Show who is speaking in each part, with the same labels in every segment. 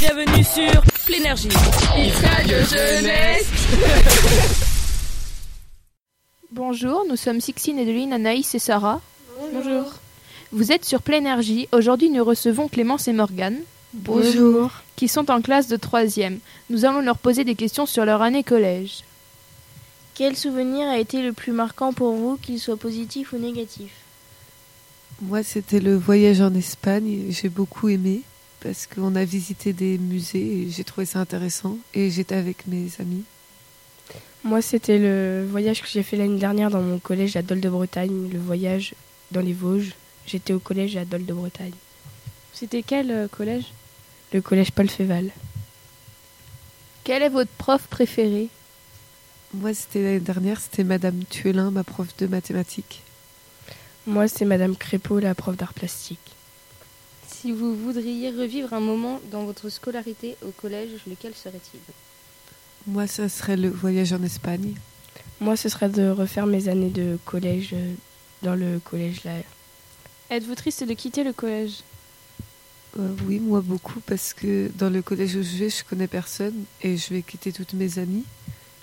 Speaker 1: Bienvenue sur Plénergie.
Speaker 2: de jeunesse.
Speaker 3: Bonjour, nous sommes Sixtine, Edeline, Anaïs et Sarah. Bonjour. Vous êtes sur Plénergie. Aujourd'hui, nous recevons Clémence et Morgane. Bonjour. Qui sont en classe de 3e. Nous allons leur poser des questions sur leur année collège.
Speaker 4: Quel souvenir a été le plus marquant pour vous, qu'il soit positif ou négatif
Speaker 5: Moi, c'était le voyage en Espagne. J'ai beaucoup aimé parce qu'on a visité des musées et j'ai trouvé ça intéressant. Et j'étais avec mes amis.
Speaker 6: Moi, c'était le voyage que j'ai fait l'année dernière dans mon collège à Dole de Bretagne, le voyage dans les Vosges. J'étais au collège à Dole de Bretagne.
Speaker 7: C'était quel euh, collège
Speaker 6: Le collège Paul Féval.
Speaker 3: Quel est votre prof préféré
Speaker 5: Moi, c'était l'année dernière, c'était Madame Tuelin, ma prof de mathématiques.
Speaker 6: Moi, c'est Madame Crépeau, la prof d'art plastique.
Speaker 7: Si vous voudriez revivre un moment dans votre scolarité au collège, lequel serait-il
Speaker 5: Moi, ça serait le voyage en Espagne.
Speaker 6: Moi, ce serait de refaire mes années de collège euh, dans le collège là.
Speaker 7: Êtes-vous triste de quitter le collège
Speaker 5: Euh, oui, moi beaucoup parce que dans le collège où je vais, je connais personne et je vais quitter toutes mes amies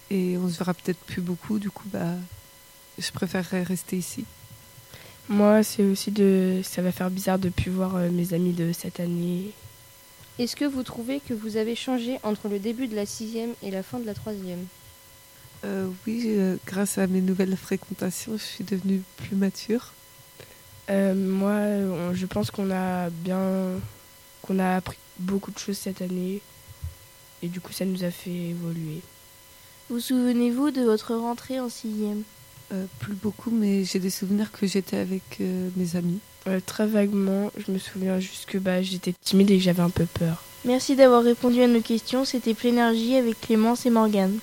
Speaker 5: et on se verra peut-être plus beaucoup. Du coup, bah, je préférerais rester ici.
Speaker 6: Moi, c'est aussi de. Ça va faire bizarre de plus voir euh, mes amis de cette année.
Speaker 7: Est-ce que vous trouvez que vous avez changé entre le début de la sixième et la fin de la troisième
Speaker 5: Euh, oui, euh, grâce à mes nouvelles fréquentations, je suis devenue plus mature.
Speaker 6: Euh, moi, on- je pense qu'on a bien. qu'on a appris beaucoup de choses cette année. Et du coup, ça nous a fait évoluer.
Speaker 4: Vous souvenez-vous de votre rentrée en sixième
Speaker 5: Euh, plus beaucoup, mais j'ai des souvenirs que j'étais avec euh, mes amis.
Speaker 6: Euh, très vaguement, je me souviens juste que bah, j'étais timide et que j'avais un peu peur.
Speaker 4: Merci d'avoir répondu à nos questions. C'était Plénergie avec Clémence et Morgane.